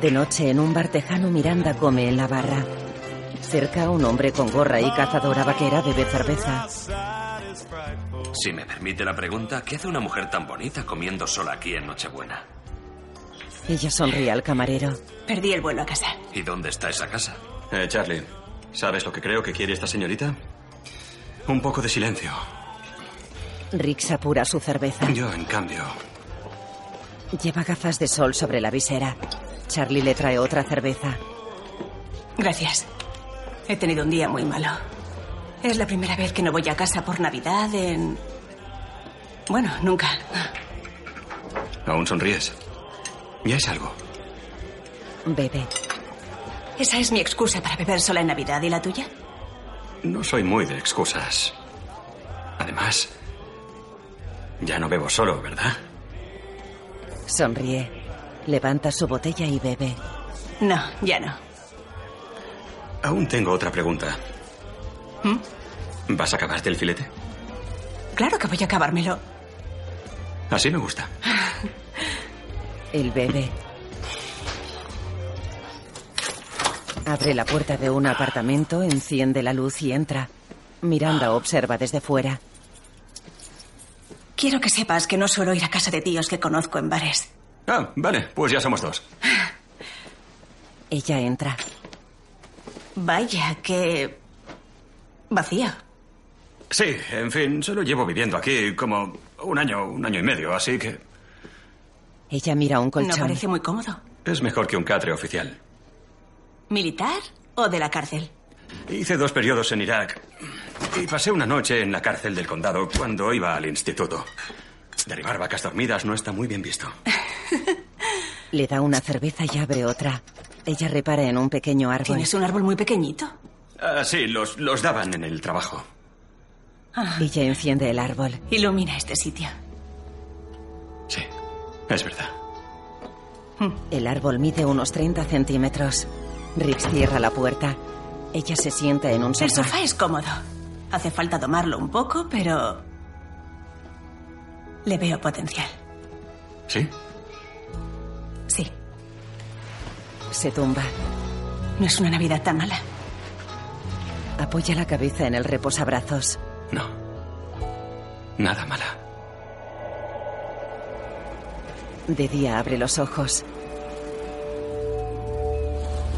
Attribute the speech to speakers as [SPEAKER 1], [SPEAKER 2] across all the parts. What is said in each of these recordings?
[SPEAKER 1] De noche en un bar tejano Miranda come en la barra. Cerca un hombre con gorra y cazadora vaquera bebe cerveza.
[SPEAKER 2] Si me permite la pregunta, ¿qué hace una mujer tan bonita comiendo sola aquí en Nochebuena?
[SPEAKER 1] Ella sonríe al camarero.
[SPEAKER 3] Perdí el vuelo a casa.
[SPEAKER 2] ¿Y dónde está esa casa?
[SPEAKER 4] Eh, Charlie, ¿sabes lo que creo que quiere esta señorita? Un poco de silencio.
[SPEAKER 1] Rick se apura su cerveza.
[SPEAKER 4] Yo, en cambio.
[SPEAKER 1] Lleva gafas de sol sobre la visera. Charlie le trae otra cerveza.
[SPEAKER 3] Gracias. He tenido un día muy malo. Es la primera vez que no voy a casa por Navidad en... Bueno, nunca.
[SPEAKER 4] Aún sonríes. Ya es algo.
[SPEAKER 1] Bebe.
[SPEAKER 3] ¿Esa es mi excusa para beber sola en Navidad y la tuya?
[SPEAKER 4] No soy muy de excusas. Además, ya no bebo solo, ¿verdad?
[SPEAKER 1] Sonríe. Levanta su botella y bebe.
[SPEAKER 3] No, ya no.
[SPEAKER 4] Aún tengo otra pregunta.
[SPEAKER 3] ¿Mm?
[SPEAKER 4] ¿Vas a acabarte el filete?
[SPEAKER 3] Claro que voy a acabármelo.
[SPEAKER 4] Así me gusta.
[SPEAKER 1] El bebe. Abre la puerta de un apartamento, enciende la luz y entra. Miranda observa desde fuera.
[SPEAKER 3] Quiero que sepas que no suelo ir a casa de tíos que conozco en bares.
[SPEAKER 4] Ah, vale, pues ya somos dos.
[SPEAKER 1] Ella entra.
[SPEAKER 3] Vaya, que... vacío.
[SPEAKER 4] Sí, en fin, solo llevo viviendo aquí como un año, un año y medio, así que
[SPEAKER 1] Ella mira un
[SPEAKER 3] No
[SPEAKER 1] colchón.
[SPEAKER 3] parece muy cómodo.
[SPEAKER 4] es mejor que un catre oficial.
[SPEAKER 3] ¿Militar o de la cárcel?
[SPEAKER 4] Hice dos periodos en Irak y pasé una noche en la cárcel del condado cuando iba al instituto. Derribar vacas dormidas no está muy bien visto.
[SPEAKER 1] Le da una cerveza y abre otra. Ella repara en un pequeño árbol.
[SPEAKER 3] Tienes un árbol muy pequeñito.
[SPEAKER 4] Ah, sí, los, los daban en el trabajo.
[SPEAKER 1] Ah. Ella enciende el árbol.
[SPEAKER 3] Ilumina este sitio.
[SPEAKER 4] Sí, es verdad.
[SPEAKER 1] Hmm. El árbol mide unos 30 centímetros. Rick cierra la puerta. Ella se sienta en un
[SPEAKER 3] El
[SPEAKER 1] sofá.
[SPEAKER 3] sofá es cómodo. Hace falta domarlo un poco, pero... Le veo potencial.
[SPEAKER 4] ¿Sí?
[SPEAKER 3] Sí,
[SPEAKER 1] Se tumba.
[SPEAKER 3] no es una Navidad tan mala.
[SPEAKER 1] Apoya la cabeza en el reposabrazos.
[SPEAKER 4] No. Nada mala.
[SPEAKER 1] De día abre los ojos.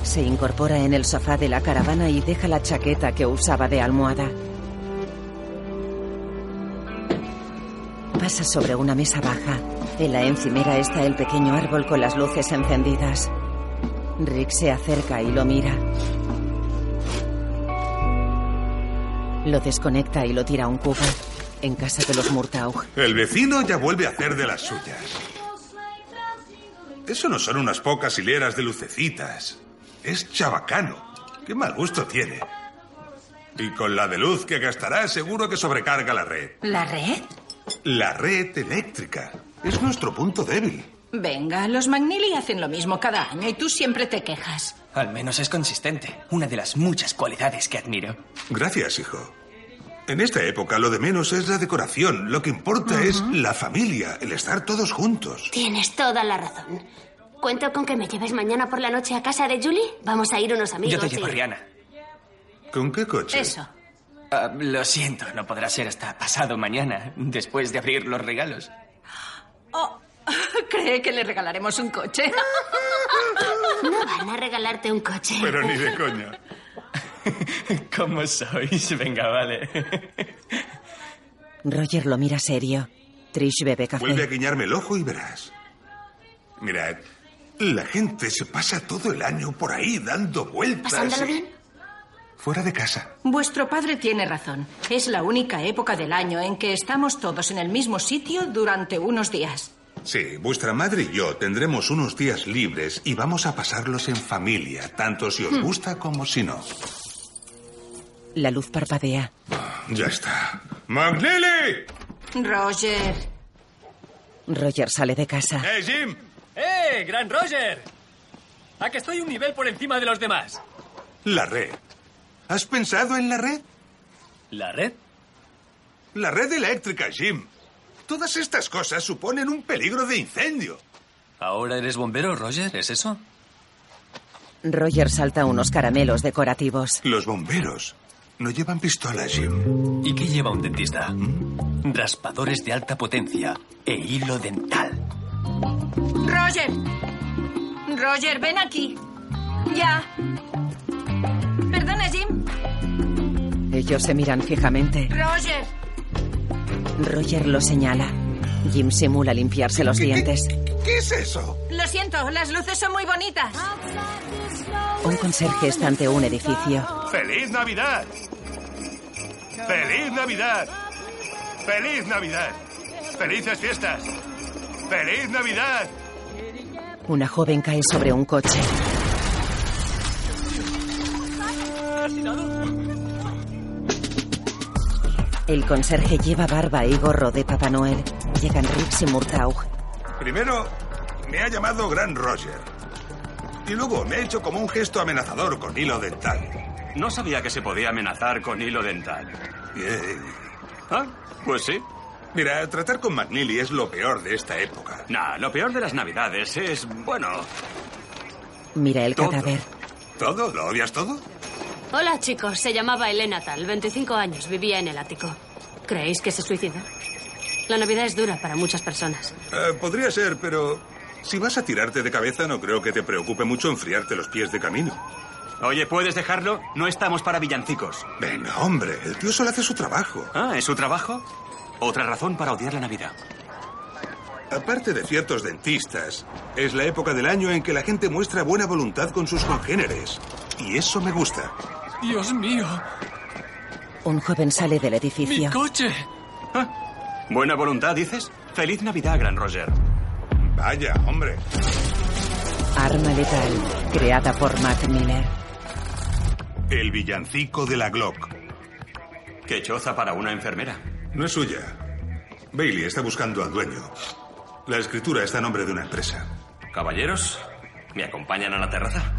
[SPEAKER 1] Se incorpora en el sofá de la caravana y deja la chaqueta que usaba de almohada. Pasa sobre una mesa baja. En la encimera está el pequeño árbol con las luces encendidas. Rick se acerca y lo mira. Lo desconecta y lo tira a un cubo. En casa de los Murtaugh,
[SPEAKER 5] El vecino ya vuelve a hacer de las suyas. Eso no son unas pocas hileras de lucecitas. Es chabacano. Qué mal gusto tiene. Y con la de luz que gastará, seguro que sobrecarga la red.
[SPEAKER 3] ¿La red?
[SPEAKER 5] La red eléctrica. Es nuestro punto débil.
[SPEAKER 6] Venga, los Magnelli hacen lo mismo cada año y tú siempre te quejas.
[SPEAKER 7] Al menos es consistente, una de las muchas cualidades que admiro.
[SPEAKER 5] Gracias, hijo. En esta época lo de menos es la decoración. Lo que importa es la familia, el estar todos juntos.
[SPEAKER 8] Tienes toda la razón. Cuento con que me lleves mañana por la noche a casa de Julie. Vamos a ir unos
[SPEAKER 7] Yo
[SPEAKER 8] amigos.
[SPEAKER 7] te llevo,
[SPEAKER 8] y-
[SPEAKER 7] Rihanna.
[SPEAKER 5] ¿Con qué coche?
[SPEAKER 6] Eso.
[SPEAKER 7] Ah, lo siento, no podrá ser hasta pasado mañana, después de abrir los regalos.
[SPEAKER 6] Oh, ¿Cree que le regalaremos un coche?
[SPEAKER 8] No van a regalarte un coche.
[SPEAKER 5] Pero ni de coña.
[SPEAKER 7] ¿Cómo sois? Venga, vale.
[SPEAKER 1] Roger lo mira serio. Trish bebe café.
[SPEAKER 5] Vuelve a guiñarme el ojo y verás. Mirad, la gente se pasa todo el año por ahí dando vueltas.
[SPEAKER 8] ¿Pasándolo
[SPEAKER 5] y-
[SPEAKER 8] bien?
[SPEAKER 5] Fuera de casa.
[SPEAKER 6] Vuestro padre tiene razón. Es la única época del año en que estamos todos en el mismo sitio durante unos días.
[SPEAKER 5] Sí, vuestra madre y yo tendremos unos días libres y vamos a pasarlos en familia, tanto si
[SPEAKER 8] Hmm.
[SPEAKER 5] os gusta como si no.
[SPEAKER 1] La luz parpadea.
[SPEAKER 5] Ya está. ¡Magnelli!
[SPEAKER 6] Roger.
[SPEAKER 1] Roger sale de casa.
[SPEAKER 5] ¡Eh, Jim!
[SPEAKER 9] ¡Eh, gran Roger! A que estoy un nivel por encima de los demás.
[SPEAKER 5] La red. ¿Has pensado en la red?
[SPEAKER 9] ¿La red?
[SPEAKER 5] La red eléctrica, Jim. Todas estas cosas suponen un peligro de incendio.
[SPEAKER 7] ¿Ahora eres bombero, Roger? ¿Es eso?
[SPEAKER 1] Roger salta unos caramelos decorativos.
[SPEAKER 5] Los bomberos no llevan pistolas, Jim. ¿Mm?
[SPEAKER 9] ¿Y qué lleva un dentista? Raspadores de alta potencia e hilo dental.
[SPEAKER 6] Roger. Roger, ven aquí. Ya. Perdona, Jim.
[SPEAKER 1] Ellos se miran fijamente.
[SPEAKER 6] Roger.
[SPEAKER 1] Roger lo señala. Jim simula limpiarse los dientes.
[SPEAKER 5] ¿Qué es eso?
[SPEAKER 6] Lo siento, las luces son muy bonitas.
[SPEAKER 1] Un conserje está ante un edificio.
[SPEAKER 5] ¡Feliz Navidad! ¡Feliz Navidad! ¡Feliz Navidad! ¡Felices fiestas! ¡Feliz Navidad!
[SPEAKER 1] Una joven cae sobre un coche. El conserje lleva barba y gorro de Papá Noel. Llegan Rix y Murtaugh.
[SPEAKER 5] Primero, me ha llamado Gran Roger. Y luego me ha hecho como un gesto amenazador con hilo dental.
[SPEAKER 4] No sabía que se podía amenazar con hilo dental.
[SPEAKER 5] Bien.
[SPEAKER 4] Ah, pues sí.
[SPEAKER 5] Mira, tratar con McNeely es lo peor de esta época.
[SPEAKER 4] Nah, lo peor de las navidades es, bueno,
[SPEAKER 1] Mira el
[SPEAKER 5] Todo.
[SPEAKER 1] cadáver.
[SPEAKER 5] ¿Todo? ¿Lo odias todo?
[SPEAKER 8] Hola chicos, se llamaba Elena Tal, 25 años, vivía en el ático. ¿Creéis que se suicida? La Navidad es dura para muchas personas.
[SPEAKER 5] Eh, podría ser, pero si vas a tirarte de cabeza no creo que te preocupe mucho enfriarte los pies de camino.
[SPEAKER 4] Oye, ¿puedes dejarlo? No estamos para villancicos.
[SPEAKER 5] Ven, hombre, el tío solo hace su trabajo.
[SPEAKER 4] Ah, ¿es su trabajo? Otra razón para odiar la Navidad.
[SPEAKER 5] Aparte de ciertos dentistas, es la época del año en que la gente muestra buena voluntad con sus congéneres. Y eso me gusta.
[SPEAKER 10] Dios mío,
[SPEAKER 1] Un joven sale del
[SPEAKER 10] mi
[SPEAKER 1] edificio.
[SPEAKER 10] coche.
[SPEAKER 4] Ah, ¿Buena voluntad, dices? Feliz Navidad, Gran Roger.
[SPEAKER 5] Vaya, hombre.
[SPEAKER 1] Arma letal, creada por Matt Miller.
[SPEAKER 5] El villancico de la Glock.
[SPEAKER 4] Qué choza para una enfermera.
[SPEAKER 5] No es suya. Bailey está buscando al dueño. La escritura está a nombre de una empresa.
[SPEAKER 11] Caballeros, ¿me acompañan a la terraza?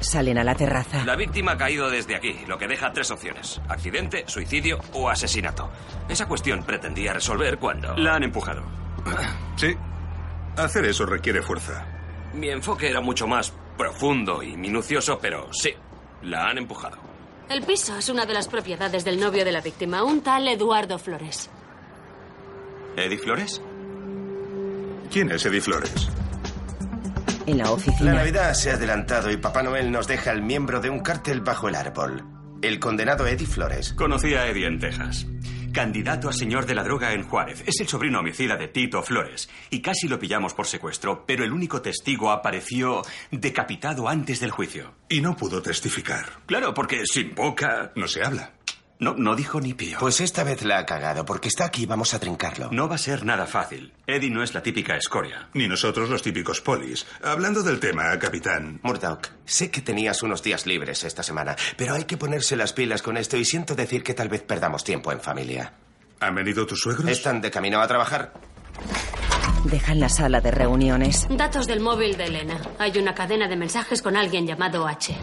[SPEAKER 1] Salen a la terraza.
[SPEAKER 11] La víctima ha caído desde aquí, lo que deja tres opciones. Accidente, suicidio o asesinato. Esa cuestión pretendía resolver cuando...
[SPEAKER 4] La han empujado.
[SPEAKER 5] Sí. Hacer eso requiere fuerza.
[SPEAKER 11] Mi enfoque era mucho más profundo y minucioso, pero sí, la han empujado.
[SPEAKER 8] El piso es una de las propiedades del novio de la víctima, un tal Eduardo Flores.
[SPEAKER 4] ¿Eddie Flores?
[SPEAKER 5] ¿Quién es Eddie Flores?
[SPEAKER 1] En la
[SPEAKER 12] La
[SPEAKER 1] oficina.
[SPEAKER 12] Navidad se ha adelantado y Papá Noel nos deja el miembro de un cártel bajo el árbol. El condenado Eddie Flores.
[SPEAKER 4] Conocí a Eddie en Texas. Candidato a señor de la droga en Juárez. Es el sobrino homicida de Tito Flores. Y casi lo pillamos por secuestro, pero el único testigo apareció decapitado antes del juicio.
[SPEAKER 5] Y no pudo testificar.
[SPEAKER 4] Claro, porque sin boca.
[SPEAKER 5] No se habla.
[SPEAKER 4] No, no dijo ni pío.
[SPEAKER 12] Pues esta vez la ha cagado, porque está aquí y vamos a trincarlo.
[SPEAKER 4] No va a ser nada fácil. Eddie no es la típica escoria.
[SPEAKER 5] Ni nosotros los típicos polis. Hablando del tema, capitán.
[SPEAKER 12] Murdoch, sé que tenías unos días libres esta semana, pero hay que ponerse las pilas con esto y siento decir que tal vez perdamos tiempo en familia.
[SPEAKER 5] ¿Han venido tus suegros?
[SPEAKER 12] ¿Están de camino a trabajar?
[SPEAKER 1] Dejan la sala de reuniones.
[SPEAKER 8] Datos del móvil de Elena. Hay una cadena de mensajes con alguien llamado H.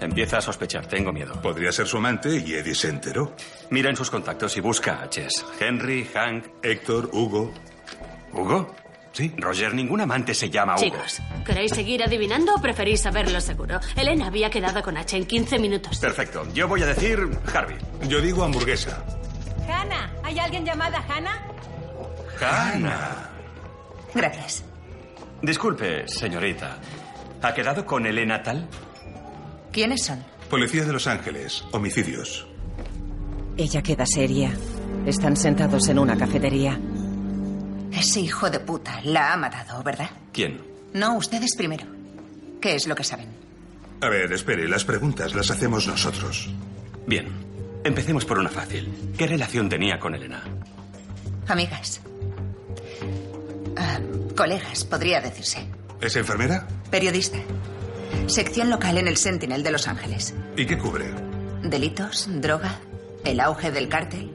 [SPEAKER 4] Empieza a sospechar, tengo miedo.
[SPEAKER 5] Podría ser su amante y Eddie se enteró.
[SPEAKER 4] Mira en sus contactos y busca a Chess. Henry, Hank,
[SPEAKER 5] Héctor, Hugo.
[SPEAKER 4] Hugo. Sí. Roger, ningún amante se llama Hugo.
[SPEAKER 8] Chicos, ¿queréis seguir adivinando o preferís saberlo seguro? Elena había quedado con H en 15 minutos.
[SPEAKER 4] Perfecto. Yo voy a decir Harvey.
[SPEAKER 5] Yo digo hamburguesa.
[SPEAKER 6] Hannah, ¿hay alguien llamada Hannah?
[SPEAKER 4] Hannah.
[SPEAKER 13] Gracias.
[SPEAKER 4] Disculpe, señorita. ¿Ha quedado con Elena tal?
[SPEAKER 13] ¿Quiénes son?
[SPEAKER 5] Policía de Los Ángeles. Homicidios.
[SPEAKER 1] Ella queda seria. Están sentados en una cafetería.
[SPEAKER 13] Ese hijo de puta la ha matado, ¿verdad?
[SPEAKER 4] ¿Quién?
[SPEAKER 13] No, ustedes primero. ¿Qué es lo que saben?
[SPEAKER 5] A ver, espere, las preguntas las hacemos nosotros.
[SPEAKER 4] Bien. Empecemos por una fácil. ¿Qué relación tenía con Elena?
[SPEAKER 13] Amigas. Ah, colegas, podría decirse.
[SPEAKER 5] ¿Es enfermera?
[SPEAKER 13] Periodista. Sección local en el Sentinel de Los Ángeles.
[SPEAKER 5] ¿Y qué cubre?
[SPEAKER 13] Delitos, droga, el auge del cártel.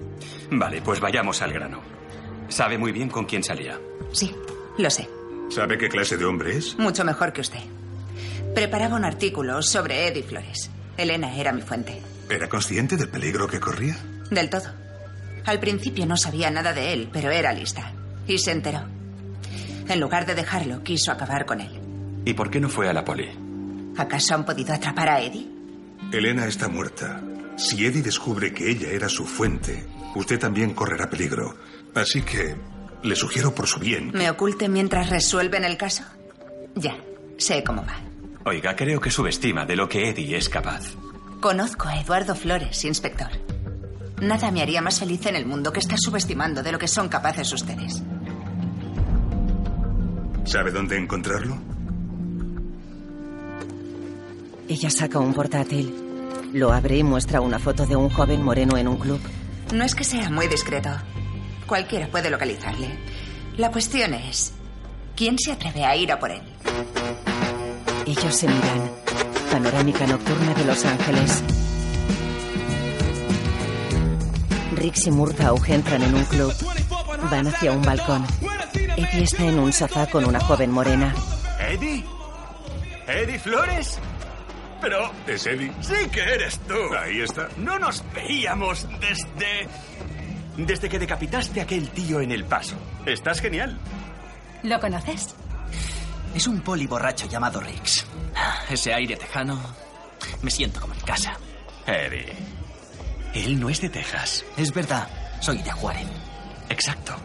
[SPEAKER 4] Vale, pues vayamos al grano. Sabe muy bien con quién salía.
[SPEAKER 13] Sí, lo sé.
[SPEAKER 5] ¿Sabe qué clase de hombre es?
[SPEAKER 13] Mucho mejor que usted. Preparaba un artículo sobre Eddie Flores. Elena era mi fuente.
[SPEAKER 5] ¿Era consciente del peligro que corría?
[SPEAKER 13] Del todo. Al principio no sabía nada de él, pero era lista. Y se enteró. En lugar de dejarlo, quiso acabar con él.
[SPEAKER 14] ¿Y por qué no fue a la poli?
[SPEAKER 3] ¿Acaso han podido atrapar a Eddie?
[SPEAKER 5] Elena está muerta. Si Eddie descubre que ella era su fuente, usted también correrá peligro. Así que le sugiero por su bien.
[SPEAKER 13] ¿Me oculte mientras resuelven el caso? Ya, sé cómo va.
[SPEAKER 14] Oiga, creo que subestima de lo que Eddie es capaz.
[SPEAKER 13] Conozco a Eduardo Flores, inspector. Nada me haría más feliz en el mundo que estar subestimando de lo que son capaces ustedes.
[SPEAKER 5] ¿Sabe dónde encontrarlo?
[SPEAKER 1] Ella saca un portátil. Lo abre y muestra una foto de un joven moreno en un club.
[SPEAKER 13] No es que sea muy discreto. Cualquiera puede localizarle. La cuestión es, ¿quién se atreve a ir a por él?
[SPEAKER 1] Ellos se miran. Panorámica nocturna de Los Ángeles. Rix y Murtaugh entran en un club. Van hacia un balcón. Eddie está en un sofá con una joven morena.
[SPEAKER 4] ¿Eddie? ¿Eddie Flores? Pero...
[SPEAKER 5] ¿Es Eddie?
[SPEAKER 4] Sí que eres tú.
[SPEAKER 5] Ahí está.
[SPEAKER 4] No nos veíamos desde... Desde que decapitaste a aquel tío en el paso. Estás genial.
[SPEAKER 6] ¿Lo conoces?
[SPEAKER 15] Es un poli borracho llamado Rix. Ese aire tejano. Me siento como en casa.
[SPEAKER 4] Eddie. Él no es de Texas.
[SPEAKER 15] Es verdad. Soy de Juárez.
[SPEAKER 4] Exacto.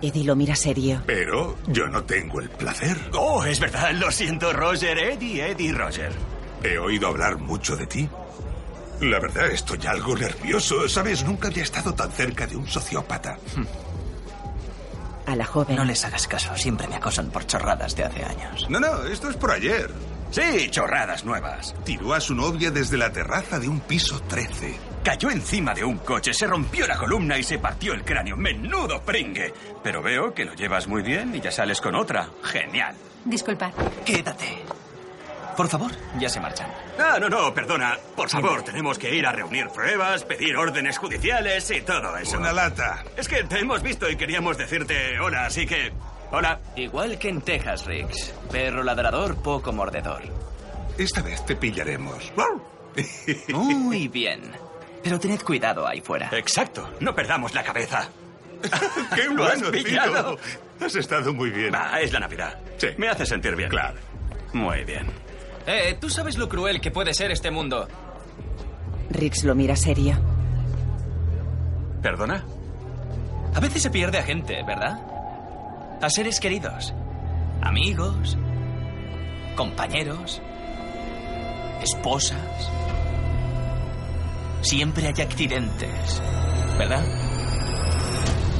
[SPEAKER 1] Eddie lo mira serio.
[SPEAKER 5] Pero yo no tengo el placer.
[SPEAKER 4] Oh, es verdad. Lo siento, Roger. ¿eh? Eddie, Eddie, Roger.
[SPEAKER 5] He oído hablar mucho de ti. La verdad, estoy algo nervioso. Sabes, nunca había estado tan cerca de un sociópata.
[SPEAKER 1] A la joven.
[SPEAKER 15] No les hagas caso. Siempre me acosan por chorradas de hace años.
[SPEAKER 5] No, no, esto es por ayer.
[SPEAKER 4] Sí, chorradas nuevas.
[SPEAKER 5] Tiró a su novia desde la terraza de un piso 13.
[SPEAKER 4] Cayó encima de un coche, se rompió la columna y se partió el cráneo. Menudo pringue. Pero veo que lo llevas muy bien y ya sales con otra. Genial.
[SPEAKER 6] Disculpad.
[SPEAKER 15] Quédate. Por favor, ya se marchan.
[SPEAKER 4] Ah, no, no, perdona. Por favor, tenemos que ir a reunir pruebas, pedir órdenes judiciales y todo eso.
[SPEAKER 5] Una lata.
[SPEAKER 4] Es que te hemos visto y queríamos decirte Eh, hola, así que... Hola.
[SPEAKER 7] Igual que en Texas, Rix. Perro ladrador, poco mordedor.
[SPEAKER 5] Esta vez te pillaremos.
[SPEAKER 7] Muy bien. Pero tened cuidado ahí fuera.
[SPEAKER 4] Exacto. No perdamos la cabeza.
[SPEAKER 5] ¡Qué
[SPEAKER 4] ¿Lo has
[SPEAKER 5] bueno,
[SPEAKER 4] pillado?
[SPEAKER 5] tío! Has estado muy bien.
[SPEAKER 4] Ah, es la Navidad.
[SPEAKER 5] Sí.
[SPEAKER 4] Me hace sentir bien.
[SPEAKER 5] Claro.
[SPEAKER 4] Muy bien.
[SPEAKER 7] Eh, tú sabes lo cruel que puede ser este mundo.
[SPEAKER 1] Rix lo mira serio.
[SPEAKER 4] ¿Perdona?
[SPEAKER 7] A veces se pierde a gente, ¿verdad? A seres queridos. Amigos. Compañeros. Esposas. Siempre hay accidentes, ¿verdad?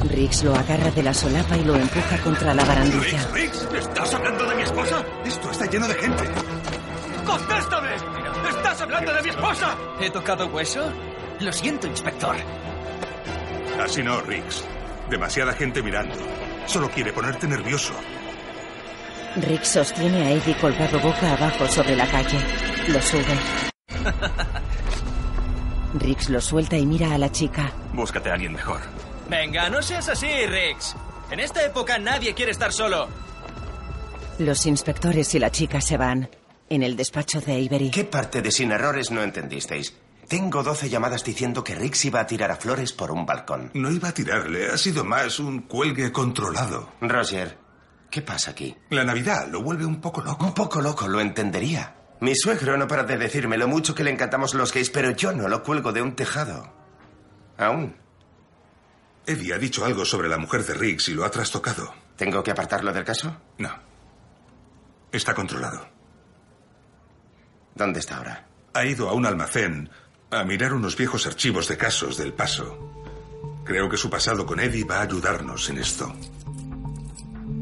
[SPEAKER 1] Rix lo agarra de la solapa y lo empuja contra la barandilla.
[SPEAKER 5] Rix, Rix,
[SPEAKER 4] ¿Estás hablando de mi esposa?
[SPEAKER 5] esto está lleno de gente.
[SPEAKER 4] ¡Contéstame! ¡Estás hablando de mi esposa!
[SPEAKER 7] ¿He tocado hueso? Lo siento, inspector.
[SPEAKER 5] Así no, Rix. Demasiada gente mirando. Solo quiere ponerte nervioso.
[SPEAKER 1] Rick sostiene a Eddie colgado boca abajo sobre la calle. Lo sube. Rix lo suelta y mira a la chica.
[SPEAKER 4] Búscate a alguien mejor.
[SPEAKER 7] Venga, no seas así, Rex. En esta época nadie quiere estar solo.
[SPEAKER 1] Los inspectores y la chica se van. En el despacho de Avery.
[SPEAKER 12] ¿Qué parte de sin errores no entendisteis? Tengo 12 llamadas diciendo que Rix iba a tirar a Flores por un balcón.
[SPEAKER 5] No iba a tirarle, ha sido más un cuelgue controlado.
[SPEAKER 12] Roger, ¿qué pasa aquí?
[SPEAKER 5] La Navidad lo vuelve un poco loco.
[SPEAKER 12] Un poco loco, lo entendería. Mi suegro no para de decirme lo mucho que le encantamos los gays, pero yo no lo cuelgo de un tejado. Aún.
[SPEAKER 5] Eddie ha dicho algo sobre la mujer de Riggs y lo ha trastocado.
[SPEAKER 12] ¿Tengo que apartarlo del caso?
[SPEAKER 5] No. Está controlado.
[SPEAKER 12] ¿Dónde está ahora?
[SPEAKER 5] Ha ido a un almacén a mirar unos viejos archivos de casos del paso. Creo que su pasado con Eddie va a ayudarnos en esto.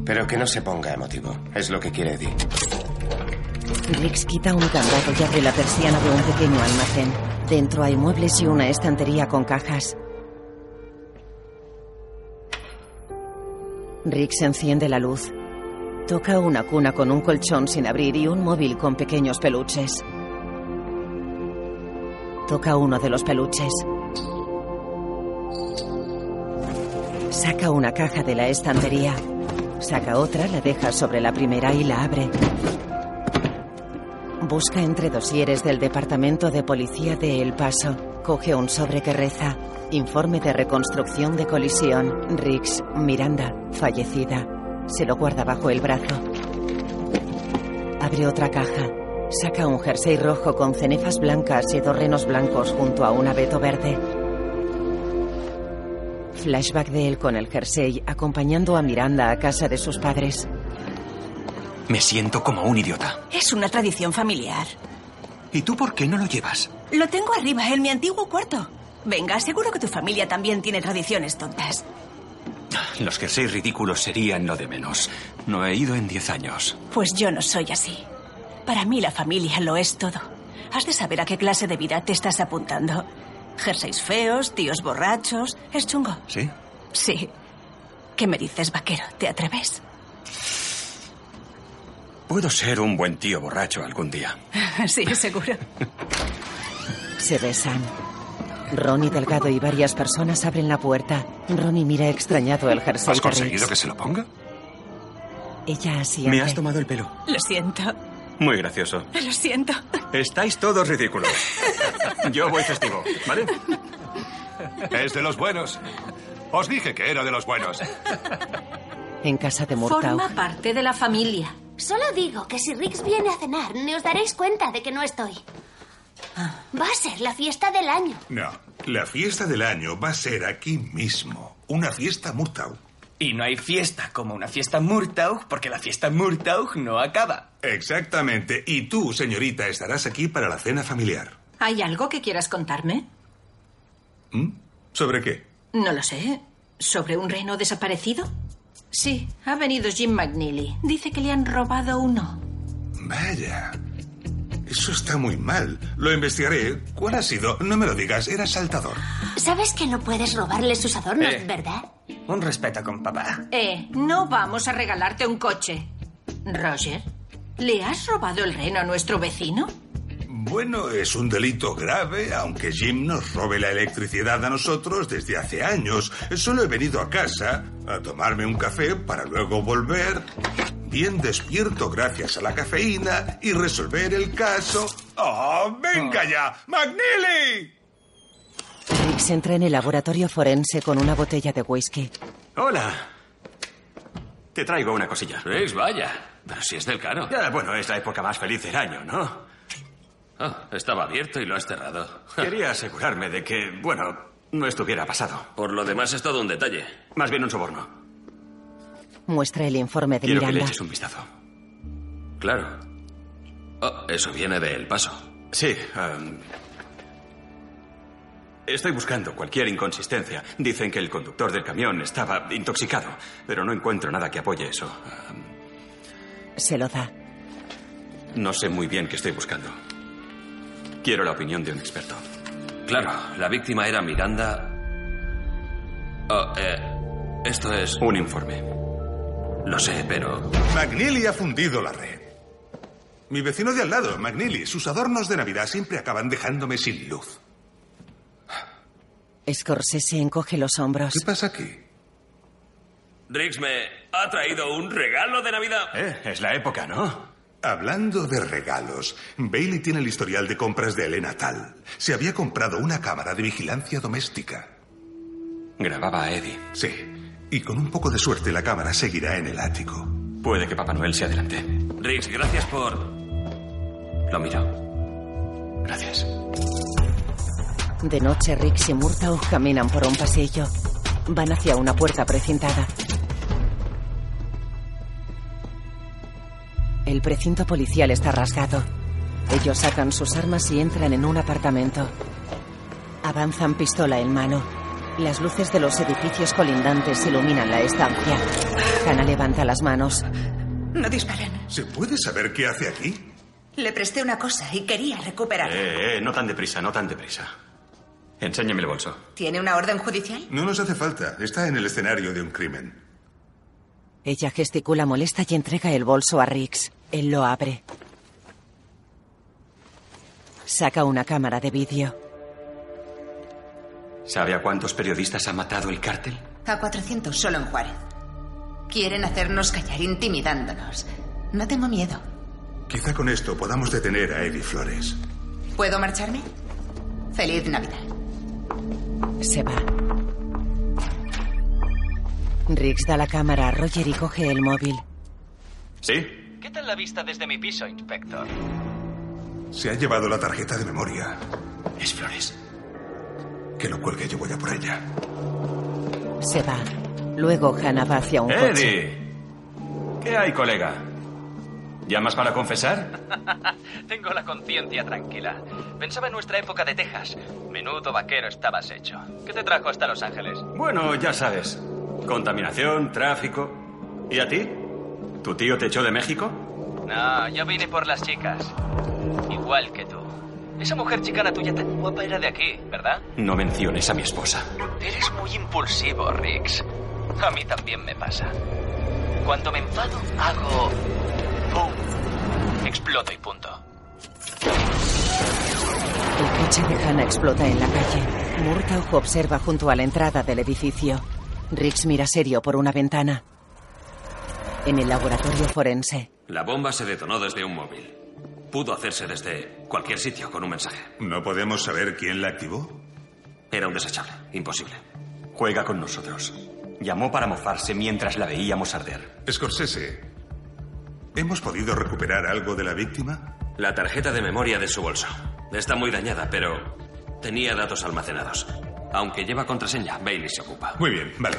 [SPEAKER 12] Pero que no se ponga emotivo. Es lo que quiere Eddie.
[SPEAKER 1] Rix quita un candado y abre la persiana de un pequeño almacén. Dentro hay muebles y una estantería con cajas. Rix enciende la luz. Toca una cuna con un colchón sin abrir y un móvil con pequeños peluches. Toca uno de los peluches. Saca una caja de la estantería. Saca otra, la deja sobre la primera y la abre. Busca entre dosieres del Departamento de Policía de El Paso. Coge un sobre que reza. Informe de reconstrucción de colisión. Riggs, Miranda, fallecida. Se lo guarda bajo el brazo. Abre otra caja. Saca un jersey rojo con cenefas blancas y dos renos blancos junto a un abeto verde. Flashback de él con el jersey acompañando a Miranda a casa de sus padres.
[SPEAKER 4] Me siento como un idiota.
[SPEAKER 3] Es una tradición familiar.
[SPEAKER 4] ¿Y tú por qué no lo llevas?
[SPEAKER 3] Lo tengo arriba, en mi antiguo cuarto. Venga, seguro que tu familia también tiene tradiciones tontas.
[SPEAKER 4] Los jerseys ridículos serían lo de menos. No he ido en 10 años.
[SPEAKER 3] Pues yo no soy así. Para mí la familia lo es todo. Has de saber a qué clase de vida te estás apuntando. Jerseys feos, tíos borrachos. Es chungo.
[SPEAKER 4] ¿Sí?
[SPEAKER 3] Sí. ¿Qué me dices, vaquero? ¿Te atreves?
[SPEAKER 4] Puedo ser un buen tío borracho algún día.
[SPEAKER 3] sí, seguro.
[SPEAKER 1] Se besan. Ronnie Delgado y varias personas abren la puerta. Ronnie mira extrañado el jersey.
[SPEAKER 4] ¿Has
[SPEAKER 1] de Rex.
[SPEAKER 4] conseguido que se lo ponga?
[SPEAKER 1] Ella así
[SPEAKER 4] Me
[SPEAKER 1] hace.
[SPEAKER 4] has tomado el pelo.
[SPEAKER 3] Lo siento.
[SPEAKER 4] Muy gracioso.
[SPEAKER 3] Lo siento.
[SPEAKER 4] Estáis todos ridículos. Yo voy festivo, ¿vale?
[SPEAKER 5] Es de los buenos. Os dije que era de los buenos.
[SPEAKER 1] En casa de Murtaugh.
[SPEAKER 8] Forma parte de la familia.
[SPEAKER 16] Solo digo que si Rix viene a cenar, ni os daréis cuenta de que no estoy.
[SPEAKER 8] Ah.
[SPEAKER 16] Va a ser la fiesta del año.
[SPEAKER 5] No, la fiesta del año va a ser aquí mismo. Una fiesta Murtaugh.
[SPEAKER 7] Y no hay fiesta como una fiesta Murtaugh, porque la fiesta Murtaugh no acaba.
[SPEAKER 5] Exactamente. Y tú, señorita, estarás aquí para la cena familiar.
[SPEAKER 6] ¿Hay algo que quieras contarme?
[SPEAKER 5] ¿Sobre qué?
[SPEAKER 6] No lo sé. ¿Sobre un reno desaparecido? Sí, ha venido Jim McNeely. Dice que le han robado uno.
[SPEAKER 5] Vaya. Eso está muy mal. Lo investigaré. ¿Cuál ha sido? No me lo digas. Era saltador.
[SPEAKER 16] Sabes que no puedes robarle sus adornos,
[SPEAKER 7] Eh.
[SPEAKER 16] ¿verdad?
[SPEAKER 7] Un respeto con papá.
[SPEAKER 6] Eh, no vamos a regalarte un coche. Roger, ¿le has robado el reno a nuestro vecino?
[SPEAKER 5] Bueno, es un delito grave, aunque Jim nos robe la electricidad a nosotros desde hace años. Solo he venido a casa a tomarme un café para luego volver. Bien despierto gracias a la cafeína y resolver el caso. ¡Oh, venga
[SPEAKER 7] Ah.
[SPEAKER 5] ya! ¡McNeely!
[SPEAKER 1] Rix entra en el laboratorio forense con una botella de whisky.
[SPEAKER 4] Hola. Te traigo una cosilla.
[SPEAKER 2] Rix, Pues vaya. Pero si es del caro.
[SPEAKER 4] Ya, bueno, es la época más feliz del año, ¿no?
[SPEAKER 2] Ah, estaba abierto y lo has cerrado.
[SPEAKER 4] Quería asegurarme de que, bueno, no estuviera pasado.
[SPEAKER 2] Por lo demás es todo un detalle.
[SPEAKER 4] Más bien un soborno.
[SPEAKER 1] Muestra el informe de
[SPEAKER 4] Quiero que le
[SPEAKER 1] Miranda.
[SPEAKER 4] eches un vistazo.
[SPEAKER 2] Claro. Ah, eso viene de El Paso.
[SPEAKER 4] Sí. em, estoy buscando cualquier inconsistencia. Dicen que el conductor del camión estaba intoxicado, pero no encuentro nada que apoye eso.
[SPEAKER 1] Se lo da.
[SPEAKER 4] No sé muy bien qué estoy buscando. Quiero la opinión de un experto.
[SPEAKER 2] Claro, la víctima era Miranda. Ah, eh, esto es.
[SPEAKER 4] Un informe.
[SPEAKER 2] Lo sé, pero.
[SPEAKER 5] McNeely ha fundido la red. Mi vecino de al lado, McNeely, sus adornos de Navidad siempre acaban dejándome sin luz.
[SPEAKER 1] Scorsese encoge los hombros. ¿Qué
[SPEAKER 5] pasa aquí?
[SPEAKER 2] Rix me ha traído un regalo de Navidad.
[SPEAKER 4] Eh, es la época, ¿no?
[SPEAKER 5] Hablando de regalos, Bailey tiene el historial de compras de Elena Tal. Se había comprado una cámara de vigilancia doméstica.
[SPEAKER 4] Grababa a Eddie.
[SPEAKER 5] Sí, y con un poco de suerte la cámara seguirá en el ático.
[SPEAKER 4] Puede que Papá Noel se adelante.
[SPEAKER 2] Rix, gracias por. Lo miro.
[SPEAKER 4] Gracias.
[SPEAKER 1] De noche, Rix y Murtaugh caminan por un pasillo. Van hacia una puerta precintada. El precinto policial está rasgado. Ellos sacan sus armas y entran en un apartamento. Avanzan pistola en mano. Las luces de los edificios colindantes iluminan la estancia. Hannah levanta las manos.
[SPEAKER 13] No disparen.
[SPEAKER 5] ¿Se puede saber qué hace aquí?
[SPEAKER 13] Le presté una cosa y quería recuperarla.
[SPEAKER 4] Eh, eh, no tan deprisa, no tan deprisa. Enséñame el bolso.
[SPEAKER 13] ¿Tiene una orden judicial?
[SPEAKER 5] No nos hace falta. Está en el escenario de un crimen.
[SPEAKER 1] Ella gesticula molesta y entrega el bolso a Rix. Él lo abre. Saca una cámara de vídeo.
[SPEAKER 4] ¿Sabe a cuántos periodistas ha matado el cártel?
[SPEAKER 13] A 400 solo en Juárez. Quieren hacernos callar intimidándonos. No tengo miedo.
[SPEAKER 5] Quizá con esto podamos detener a Eddie Flores.
[SPEAKER 13] ¿Puedo marcharme? Feliz Navidad.
[SPEAKER 1] Se va. Riggs da la cámara a Roger y coge el móvil.
[SPEAKER 4] ¿Sí? ¿Qué
[SPEAKER 7] ¿Qué tal la vista desde mi piso, inspector?
[SPEAKER 5] Se ha llevado la tarjeta de memoria.
[SPEAKER 7] Es Flores.
[SPEAKER 5] Que lo cuelgue, yo voy a por ella.
[SPEAKER 1] Se va. Luego Hannah va hacia un coche.
[SPEAKER 4] Eddie. ¿Qué hay, colega? ¿Llamas para confesar?
[SPEAKER 7] Tengo la conciencia tranquila. Pensaba en nuestra época de Texas. Menudo vaquero estabas hecho. ¿Qué te trajo hasta Los Ángeles?
[SPEAKER 4] Bueno, ya sabes. Contaminación, tráfico. ¿Y a ti? ¿Tu tío te echó de México?
[SPEAKER 7] No, yo vine por las chicas. Igual que tú. Esa mujer chicana tuya tan guapa era de aquí, ¿verdad?
[SPEAKER 4] No menciones a mi esposa.
[SPEAKER 7] Eres muy impulsivo, Riggs. A mí también me pasa. Cuando me enfado, hago... ¡Pum! Exploto y punto.
[SPEAKER 1] El coche de Hannah explota en la calle. Murtaugh observa junto a la entrada del edificio. Riggs mira serio por una ventana. En el laboratorio forense,
[SPEAKER 4] La bomba se detonó desde un móvil. Pudo hacerse desde cualquier sitio con un mensaje.
[SPEAKER 5] ¿No podemos saber quién la activó?
[SPEAKER 4] Era un desechable. Imposible.
[SPEAKER 17] Juega con nosotros. Llamó para mofarse mientras la veíamos arder.
[SPEAKER 5] Scorsese, ¿hemos podido recuperar algo de la víctima?
[SPEAKER 4] La tarjeta de memoria de su bolso. Está muy dañada, pero tenía datos almacenados. Aunque lleva contraseña, Bailey se ocupa.
[SPEAKER 5] Muy bien, vale.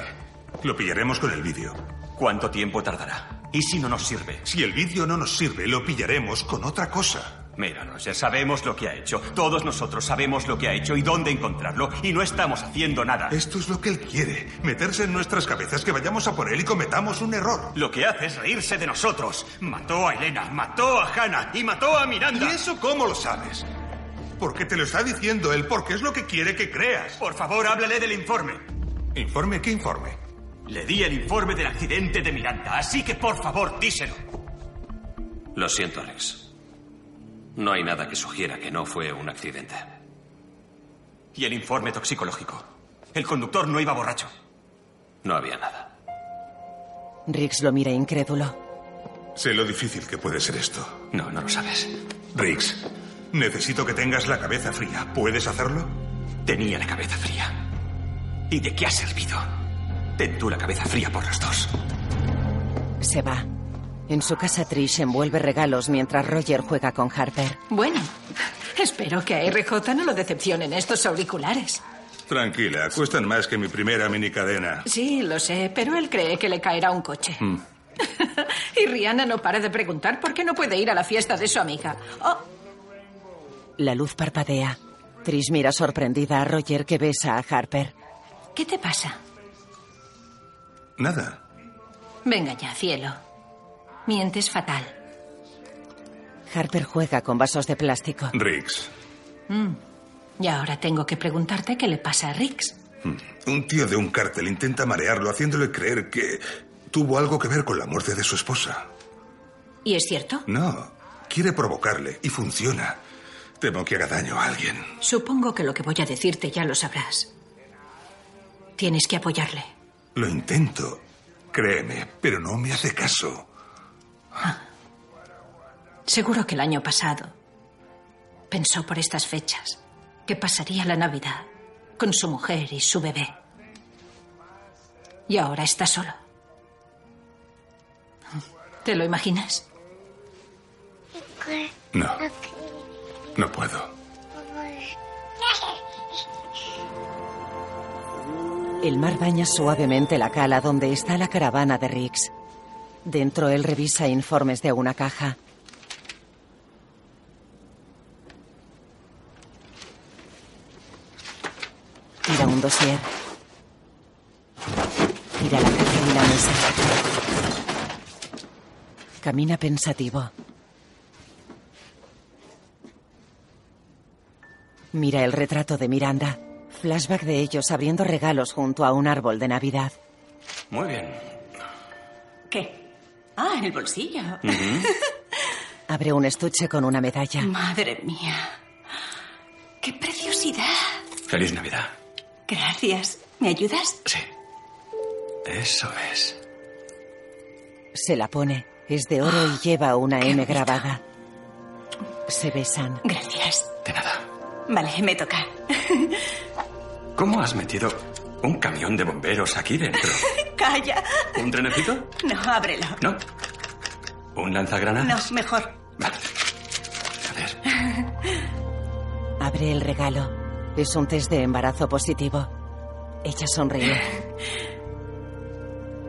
[SPEAKER 5] Lo pillaremos con el vídeo.
[SPEAKER 17] ¿Cuánto tiempo tardará? ¿Y si no nos sirve?
[SPEAKER 5] Si el vídeo no nos sirve, lo pillaremos con otra cosa.
[SPEAKER 17] Mira, Roger, sabemos lo que ha hecho. Todos nosotros sabemos lo que ha hecho y dónde encontrarlo. Y no estamos haciendo nada.
[SPEAKER 5] Esto es lo que él quiere, meterse en nuestras cabezas, que vayamos a por él y cometamos un error.
[SPEAKER 17] Lo que hace es reírse de nosotros. Mató a Elena, mató a Hannah y mató a Miranda.
[SPEAKER 5] ¿Y eso cómo lo sabes? Porque te lo está diciendo él, porque es lo que quiere que creas.
[SPEAKER 17] Por favor, háblale del informe.
[SPEAKER 5] ¿Informe? ¿Qué informe?
[SPEAKER 17] Le di el informe del accidente de Miranda, así que por favor, díselo.
[SPEAKER 4] Lo siento, Alex. No hay nada que sugiera que no fue un accidente.
[SPEAKER 17] Y el informe toxicológico. El conductor no iba borracho.
[SPEAKER 4] No había nada.
[SPEAKER 1] Riggs lo mira incrédulo.
[SPEAKER 5] Sé lo difícil que puede ser esto.
[SPEAKER 4] No, no lo sabes.
[SPEAKER 5] Riggs, necesito que tengas la cabeza fría. ¿Puedes hacerlo?
[SPEAKER 17] Tenía la cabeza fría. ¿Y de qué ha servido? Ten tú la cabeza fría por los dos.
[SPEAKER 1] Se va. En su casa Trish envuelve regalos mientras Roger juega con Harper.
[SPEAKER 6] Bueno, espero que a RJ no lo decepcionen estos auriculares.
[SPEAKER 5] Tranquila, cuestan más que mi primera minicadena.
[SPEAKER 6] Sí, lo sé, pero él cree que le caerá un coche.
[SPEAKER 5] Mm.
[SPEAKER 6] Y Rihanna no para de preguntar por qué no puede ir a la fiesta de su amiga. Oh,
[SPEAKER 1] La luz parpadea. Trish mira sorprendida a Roger que besa a Harper.
[SPEAKER 6] ¿qué te pasa?
[SPEAKER 5] Nada.
[SPEAKER 6] Venga ya, cielo. Mientes fatal.
[SPEAKER 1] Harper juega con vasos de plástico.
[SPEAKER 5] Riggs,
[SPEAKER 6] Mm. Y ahora tengo que preguntarte qué le pasa a Riggs.
[SPEAKER 5] un tío de un cártel intenta marearlo haciéndole creer que tuvo algo que ver con la muerte de su esposa.
[SPEAKER 6] ¿Y es cierto?
[SPEAKER 5] No, quiere provocarle y funciona. Temo que haga daño a alguien.
[SPEAKER 6] Supongo que lo que voy a decirte ya lo sabrás. Tienes que apoyarle.
[SPEAKER 5] Lo intento, créeme, pero no me hace caso.
[SPEAKER 6] Seguro que el año pasado pensó por estas fechas que pasaría la Navidad con su mujer y su bebé. Y ahora está solo. ¿Te lo imaginas?
[SPEAKER 5] No. No puedo.
[SPEAKER 1] El mar baña suavemente la cala donde está la caravana de Riggs. Dentro él revisa informes de una caja. Tira un dossier. Tira la caja y la mesa. Camina pensativo. Mira el retrato de Miranda. Flashback de ellos abriendo regalos junto a un árbol de Navidad.
[SPEAKER 4] Muy bien.
[SPEAKER 3] ¿Qué? Ah, en el bolsillo.
[SPEAKER 1] Abre un estuche con una medalla.
[SPEAKER 3] Madre mía. ¡Qué preciosidad!
[SPEAKER 4] Feliz Navidad.
[SPEAKER 3] Gracias. ¿Me ayudas?
[SPEAKER 4] Sí. Eso es.
[SPEAKER 1] Se la pone. Es de oro y lleva una M grabada. Se besan.
[SPEAKER 3] Gracias.
[SPEAKER 4] De nada.
[SPEAKER 3] Vale, me toca.
[SPEAKER 4] ¿Cómo has metido un camión de bomberos aquí dentro?
[SPEAKER 3] Calla.
[SPEAKER 4] ¿Un trenecito?
[SPEAKER 3] No, ábrelo.
[SPEAKER 4] No.
[SPEAKER 14] ¿Un lanzagranadas?
[SPEAKER 3] No, mejor.
[SPEAKER 1] Abre el regalo. Es un test de embarazo positivo. Ella sonríe.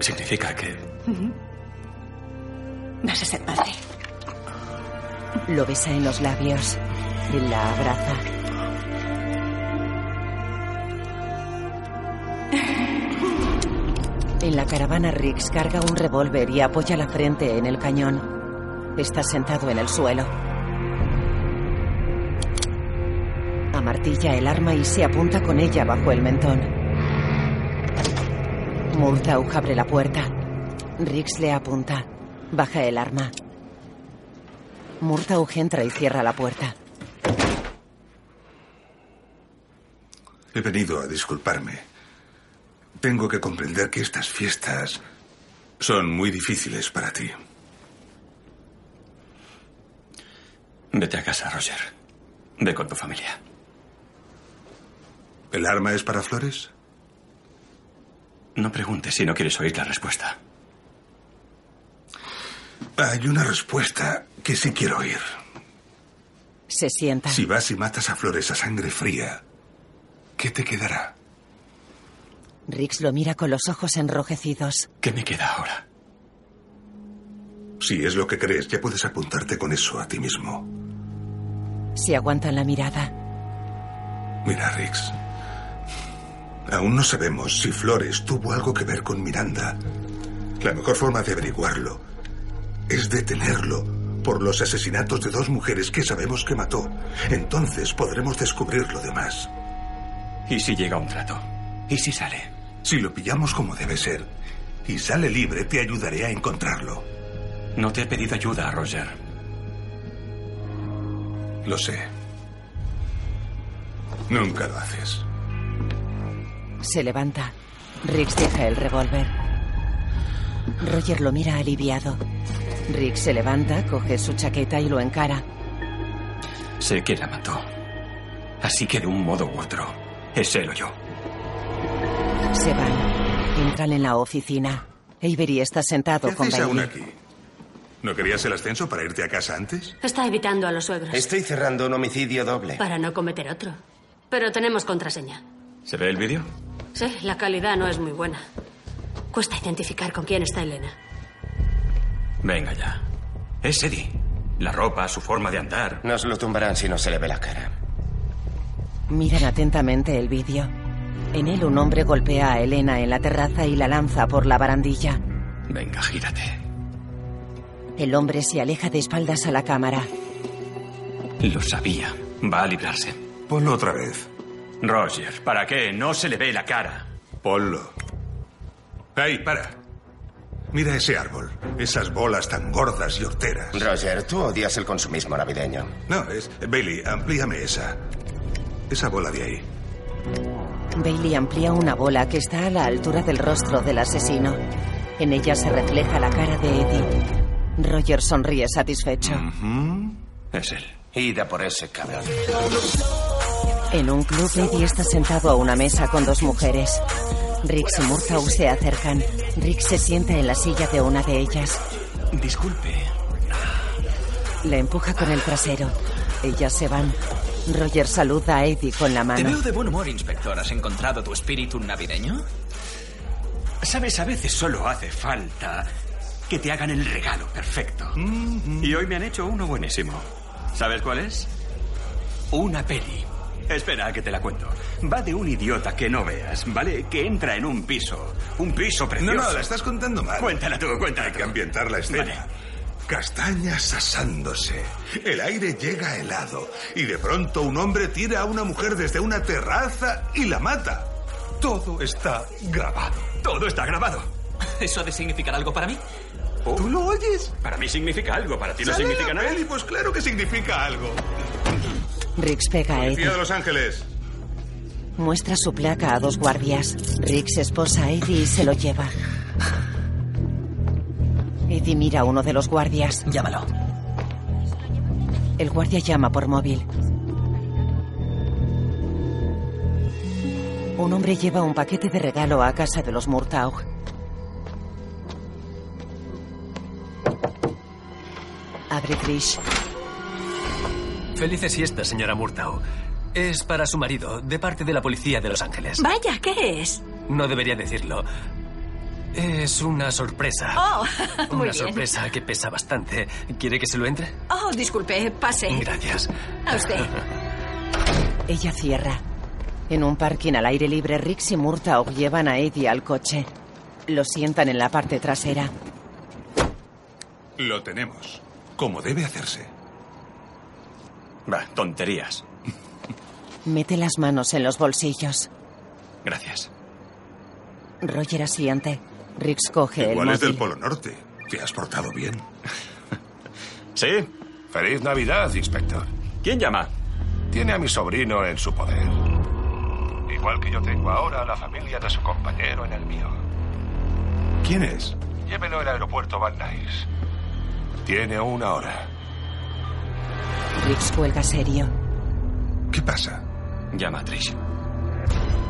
[SPEAKER 14] Significa que
[SPEAKER 3] Mm-hmm. Vas a ser padre.
[SPEAKER 1] Lo besa en los labios y la abraza. En la caravana Riggs carga un revólver y apoya la frente en el cañón. Está sentado en el suelo. Amartilla el arma y se apunta con ella bajo el mentón. Murtaugh abre la puerta. Riggs le apunta. Baja el arma. Murtaugh entra y cierra la puerta.
[SPEAKER 5] He venido a disculparme. Tengo que comprender que estas fiestas son muy difíciles para ti.
[SPEAKER 14] vete a casa, Roger. Ve con tu familia.
[SPEAKER 5] ¿El arma es para flores?
[SPEAKER 14] No preguntes si no quieres oír la respuesta.
[SPEAKER 5] Hay una respuesta que sí quiero oír.
[SPEAKER 1] Se sienta.
[SPEAKER 5] Si vas y matas a flores a sangre fría, ¿qué te quedará?
[SPEAKER 1] Riggs lo mira con los ojos enrojecidos.
[SPEAKER 14] ¿Qué me queda ahora?
[SPEAKER 5] Si es lo que crees, ya puedes apuntarte con eso a ti mismo.
[SPEAKER 1] Se aguantan la mirada.
[SPEAKER 5] Mira, Riggs. Aún no sabemos si Flores tuvo algo que ver con Miranda. La mejor forma de averiguarlo es detenerlo por los asesinatos de dos mujeres que sabemos que mató. Entonces podremos descubrir lo demás.
[SPEAKER 14] ¿Y si llega un trato? ¿Y si sale?
[SPEAKER 5] Si lo pillamos como debe ser y sale libre, te ayudaré a encontrarlo.
[SPEAKER 14] No te he pedido ayuda, Roger.
[SPEAKER 5] Lo sé. Nunca lo haces.
[SPEAKER 1] Se levanta. Riggs deja el revólver. Roger lo mira aliviado. Riggs se levanta, coge su chaqueta y lo encara.
[SPEAKER 14] Sé que la mató. Así que de un modo u otro, es él o yo.
[SPEAKER 1] Se van. Entran en la oficina. Avery está sentado
[SPEAKER 5] ¿Qué
[SPEAKER 1] con
[SPEAKER 5] hacéis aún
[SPEAKER 1] Bailey.
[SPEAKER 5] aquí? ¿No querías el ascenso para irte a casa antes?
[SPEAKER 8] Está evitando a los suegros
[SPEAKER 12] Estoy cerrando un homicidio doble.
[SPEAKER 8] para no cometer otro. Pero tenemos contraseña.
[SPEAKER 14] ¿Se ve el vídeo?
[SPEAKER 8] Sí, la calidad no es muy buena. Cuesta identificar con quién está Elena.
[SPEAKER 14] Venga ya. Es Eddie. La ropa, su forma de andar.
[SPEAKER 12] Nos lo tumbarán si no se le ve la cara.
[SPEAKER 1] Miran atentamente el vídeo. En él un hombre golpea a Elena en la terraza y la lanza por la barandilla.
[SPEAKER 14] Venga, gírate.
[SPEAKER 1] El hombre se aleja de espaldas a la cámara.
[SPEAKER 14] Lo sabía. Va a librarse.
[SPEAKER 5] Ponlo otra vez.
[SPEAKER 14] Roger, ¿para qué? No se le ve la cara.
[SPEAKER 5] Ponlo. ¡Ey, para! Mira ese árbol, esas bolas tan gordas y horteras.
[SPEAKER 12] Roger, tú odias el consumismo navideño.
[SPEAKER 5] No, es. Bailey, amplíame esa. Esa bola de ahí.
[SPEAKER 1] Bailey amplía una bola que está a la altura del rostro del asesino. En ella se refleja la cara de Eddie. Roger sonríe satisfecho.
[SPEAKER 15] Mm.
[SPEAKER 5] ¿Mm?
[SPEAKER 14] Es él.
[SPEAKER 12] Ida por ese cabrón.
[SPEAKER 1] En un club, Eddie está sentado a una mesa con dos mujeres. Riggs y Murtaugh se acercan. Riggs se sienta en la silla de una de ellas.
[SPEAKER 14] Disculpe.
[SPEAKER 1] La empuja con el trasero. Ellas se van. Roger saluda a Eddie con la
[SPEAKER 15] Te
[SPEAKER 1] mano.
[SPEAKER 15] veo de buen humor, inspector. ¿Has encontrado tu espíritu navideño?
[SPEAKER 4] Sabes, a veces solo hace falta que te hagan el regalo perfecto.
[SPEAKER 5] Mm-hmm.
[SPEAKER 4] Y hoy me han hecho uno buenísimo. ¿Sabes cuál es? Una peli. Espera, que te la cuento. Va de un idiota que no veas, ¿vale? Que entra en un piso. Un piso
[SPEAKER 5] No,
[SPEAKER 4] precioso.
[SPEAKER 5] no, la estás contando mal.
[SPEAKER 4] Cuéntala tú, cuéntala.
[SPEAKER 5] Hay que ambientar la escena. Castañas asándose. El aire llega helado. Y de pronto un hombre tira a una mujer desde una terraza y la mata. Todo está grabado.
[SPEAKER 4] Todo está grabado. Oh.
[SPEAKER 15] ¿Eso ha de significar algo para mí?
[SPEAKER 5] ¿Tú lo oyes?
[SPEAKER 4] Para mí significa algo, para ti no
[SPEAKER 5] ¿Sale
[SPEAKER 4] significa
[SPEAKER 5] la
[SPEAKER 4] nada.
[SPEAKER 5] peli? Pues claro que significa algo.
[SPEAKER 1] Riggs pega a Eddie.
[SPEAKER 5] Policía de Los Ángeles.
[SPEAKER 1] Muestra su placa a dos guardias. Riggs esposa a Eddie y se lo lleva. Eddie mira a uno de los guardias.
[SPEAKER 15] Llámalo.
[SPEAKER 1] El guardia llama por móvil. Un hombre lleva un paquete de regalo a casa de los Murtaugh. Abre Trish.
[SPEAKER 9] Felices siestas, señora Murtaugh. Es para su marido, de parte de la policía de Los Ángeles.
[SPEAKER 3] Vaya, ¿qué es?
[SPEAKER 9] No debería decirlo. Es una sorpresa.
[SPEAKER 3] Oh, muy
[SPEAKER 9] una
[SPEAKER 3] bien.
[SPEAKER 9] sorpresa que pesa bastante. ¿Quiere que se lo entre?
[SPEAKER 3] Oh, disculpe, pase.
[SPEAKER 9] Gracias.
[SPEAKER 3] A usted.
[SPEAKER 1] Ella cierra. En un parking al aire libre, Rix y Murtaugh llevan a Eddie al coche. Lo sientan en la parte trasera.
[SPEAKER 5] Lo tenemos. Como debe hacerse.
[SPEAKER 4] Va, tonterías.
[SPEAKER 1] Mete las manos en los bolsillos.
[SPEAKER 4] Gracias.
[SPEAKER 1] Roger asiente. Rix coge el
[SPEAKER 5] Igual es del
[SPEAKER 1] móvil.
[SPEAKER 5] Polo Norte. Te has portado bien.
[SPEAKER 4] ¿Sí?
[SPEAKER 18] Feliz Navidad, inspector.
[SPEAKER 4] ¿Quién llama?
[SPEAKER 18] Tiene a mi sobrino en su poder. Igual que yo tengo ahora a la familia de su compañero en el mío.
[SPEAKER 5] ¿Quién es?
[SPEAKER 18] Llévelo al aeropuerto Van Nuys. Tiene una hora.
[SPEAKER 1] Rix cuelga serio.
[SPEAKER 5] ¿Qué pasa?
[SPEAKER 4] Llama a Trish.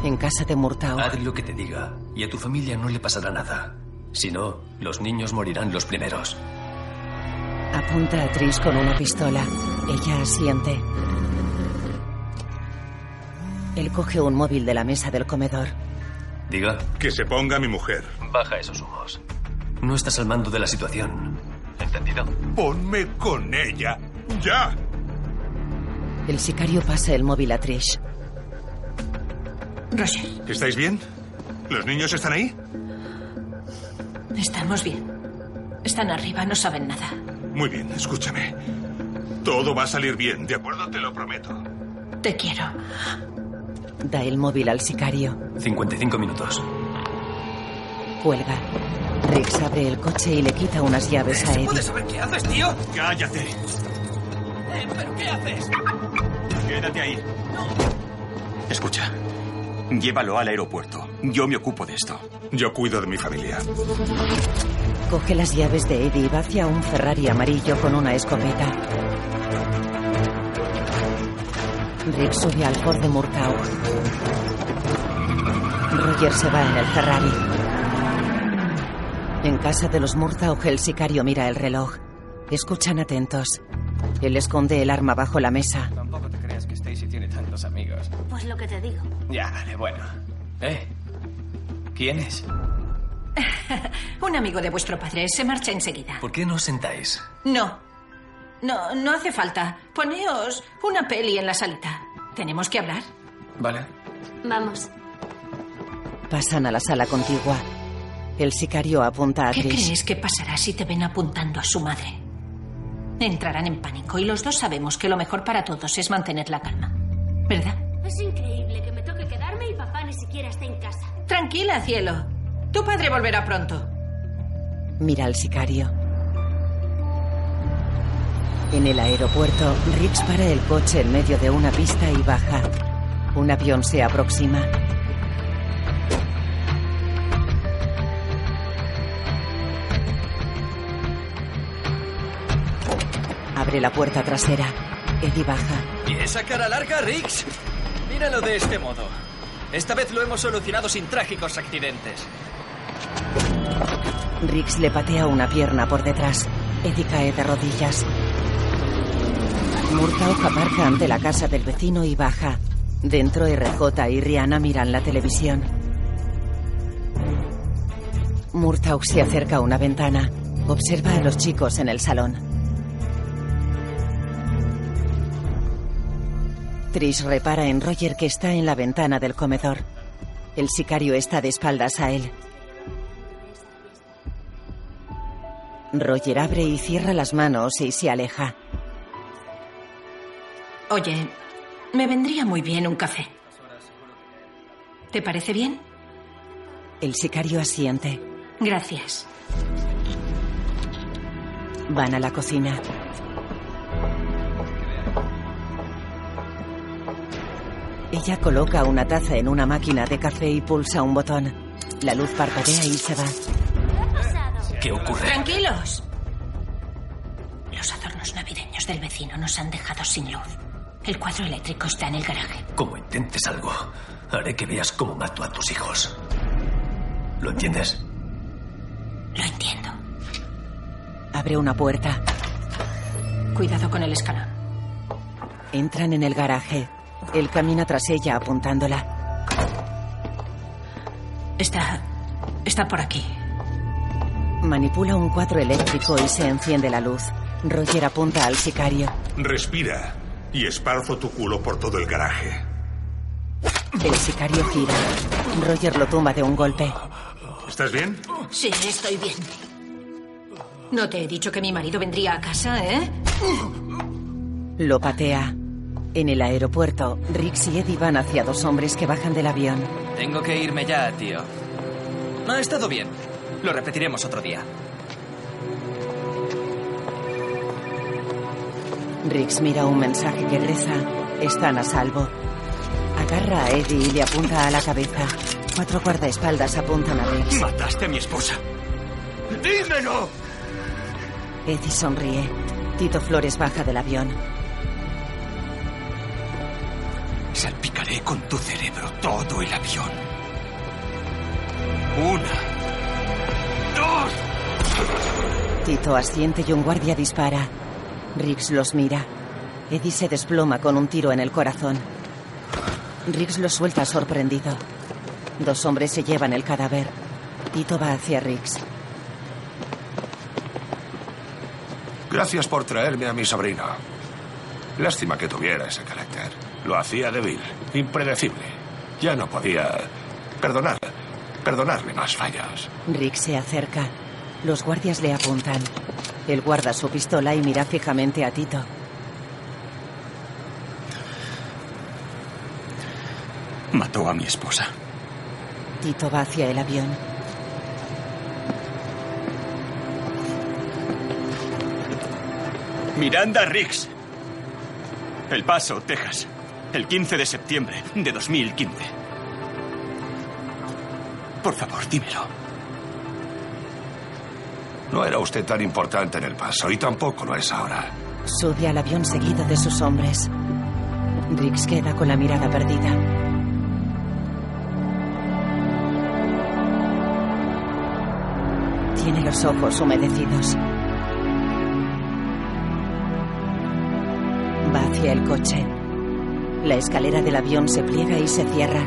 [SPEAKER 1] En casa de Murtaugh.
[SPEAKER 9] Haz lo que te diga y a tu familia no le pasará nada. Si no, los niños morirán los primeros.
[SPEAKER 1] Apunta a Trish con una pistola. Ella asiente. Él coge un móvil de la mesa del comedor.
[SPEAKER 9] Diga.
[SPEAKER 5] Que se ponga mi mujer.
[SPEAKER 9] Baja esos humos. No estás al mando de la situación. ¿Entendido?
[SPEAKER 5] Ponme con ella. ¡Ya!
[SPEAKER 1] El sicario pasa el móvil a Trish.
[SPEAKER 6] Roger,
[SPEAKER 5] ¿Estáis bien? ¿Los niños están ahí?
[SPEAKER 6] estamos bien. Están arriba, no saben nada.
[SPEAKER 5] Muy bien, escúchame. Todo va a salir bien, ¿de acuerdo? Te lo prometo.
[SPEAKER 6] Te quiero.
[SPEAKER 1] Da el móvil al sicario.
[SPEAKER 9] 55 minutos.
[SPEAKER 1] Cuelga. Rex abre el coche y le quita unas llaves a Eddie.
[SPEAKER 7] saber qué haces, tío?
[SPEAKER 5] ¡Cállate!
[SPEAKER 7] ¿Pero qué haces?
[SPEAKER 4] Quédate ahí. Escucha. Llévalo al aeropuerto. Yo me ocupo de esto.
[SPEAKER 5] Yo cuido de mi familia.
[SPEAKER 1] Coge las llaves de Eddie y va hacia un Ferrari amarillo con una escopeta. Rick sube al Ford de Murtaugh. Roger se va en el Ferrari. En casa de los Murtaugh, el sicario mira el reloj. Escuchan atentos. Él esconde el arma bajo la mesa.
[SPEAKER 7] Tampoco te creas que Stacy tiene tantos amigos.
[SPEAKER 16] Pues lo que te digo.
[SPEAKER 7] Ya, vale, bueno. ¿Eh? ¿Quién es?
[SPEAKER 6] Un amigo de vuestro padre se marcha enseguida.
[SPEAKER 9] ¿Por qué no os sentáis?
[SPEAKER 6] No. No, no hace falta. Poneos una peli en la salita. Tenemos que hablar.
[SPEAKER 9] Vale.
[SPEAKER 16] Vamos.
[SPEAKER 1] Pasan a la sala contigua. El sicario apunta a
[SPEAKER 6] ¿Qué
[SPEAKER 1] Chris.
[SPEAKER 6] crees que pasará si te ven apuntando a su madre? Entrarán en pánico y los dos sabemos que lo mejor para todos es mantener la calma. ¿Verdad?
[SPEAKER 16] Es increíble que me toque quedarme y papá ni siquiera esté en casa.
[SPEAKER 6] Tranquila, cielo. Tu padre volverá pronto.
[SPEAKER 1] Mira al sicario. En el aeropuerto, Rix para el coche en medio de una pista y baja. Un avión se aproxima. Abre la puerta trasera. Eddie baja.
[SPEAKER 7] ¿Y esa cara larga, Riggs? Míralo de este modo. Esta vez lo hemos solucionado sin trágicos accidentes.
[SPEAKER 1] Rix le patea una pierna por detrás. Eddie cae de rodillas. Murtaugh aparca ante la casa del vecino y baja. Dentro, RJ y Rihanna miran la televisión. Murtaugh se acerca a una ventana. Observa a los chicos en el salón. Trish repara en Roger que está en la ventana del comedor. El sicario está de espaldas a él. Roger abre y cierra las manos y se aleja.
[SPEAKER 6] Oye, me vendría muy bien un café. ¿Te parece bien?
[SPEAKER 1] El sicario asiente.
[SPEAKER 6] Gracias.
[SPEAKER 1] Van a la cocina. Ella coloca una taza en una máquina de café y pulsa un botón. La luz parpadea y se va.
[SPEAKER 9] ¿Qué ocurre?
[SPEAKER 6] Tranquilos. Los adornos navideños del vecino nos han dejado sin luz. El cuadro eléctrico está en el garaje.
[SPEAKER 9] Como intentes algo, haré que veas cómo mato a tus hijos. ¿Lo entiendes?
[SPEAKER 1] Abre una puerta.
[SPEAKER 6] Cuidado con el escalón.
[SPEAKER 1] Entran en el garaje. Él camina tras ella apuntándola.
[SPEAKER 6] Está. está por aquí.
[SPEAKER 1] Manipula un cuadro eléctrico y se enciende la luz. Roger apunta al sicario.
[SPEAKER 5] Respira y esparzo tu culo por todo el garaje.
[SPEAKER 1] El sicario gira. Roger lo tumba de un golpe.
[SPEAKER 5] ¿Estás bien?
[SPEAKER 6] Oh, Sí, estoy bien. No te he dicho que mi marido vendría a casa, ¿eh?
[SPEAKER 1] Lo patea. En el aeropuerto, Rix y Eddie van hacia dos hombres que bajan del avión.
[SPEAKER 7] Tengo que irme ya, tío. Ha estado bien. Lo repetiremos otro día.
[SPEAKER 1] Rix mira un mensaje que reza: Están a salvo. Agarra a Eddie y le apunta a la cabeza. Cuatro guardaespaldas apuntan a Rix.
[SPEAKER 4] Mataste a mi esposa. ¡Dímelo!
[SPEAKER 1] Eddie sonríe. Tito Flores baja del avión.
[SPEAKER 4] Salpicaré con tu cerebro todo el avión. Una. Dos.
[SPEAKER 1] Tito asiente y un guardia dispara. Riggs los mira. Eddie se desploma con un tiro en el corazón. Riggs lo suelta sorprendido. Dos hombres se llevan el cadáver. Tito va hacia Riggs.
[SPEAKER 18] Gracias por traerme a mi sobrino. Lástima que tuviera ese carácter. Lo hacía débil, impredecible. Ya no podía perdonar, perdonarle más fallas.
[SPEAKER 1] Riggs se acerca. Los guardias le apuntan. Él guarda su pistola y mira fijamente a Tito.
[SPEAKER 4] Mató a mi esposa.
[SPEAKER 1] Tito va hacia el avión.
[SPEAKER 4] Miranda Riggs. El Paso, Texas. El 15 de septiembre de 2015. Por favor, dímelo.
[SPEAKER 18] No era usted tan importante en el paso y tampoco lo es ahora.
[SPEAKER 1] Sube al avión seguido de sus hombres. Riggs queda con la mirada perdida. Tiene los ojos humedecidos. Va hacia el coche. La escalera del avión se pliega y se cierra.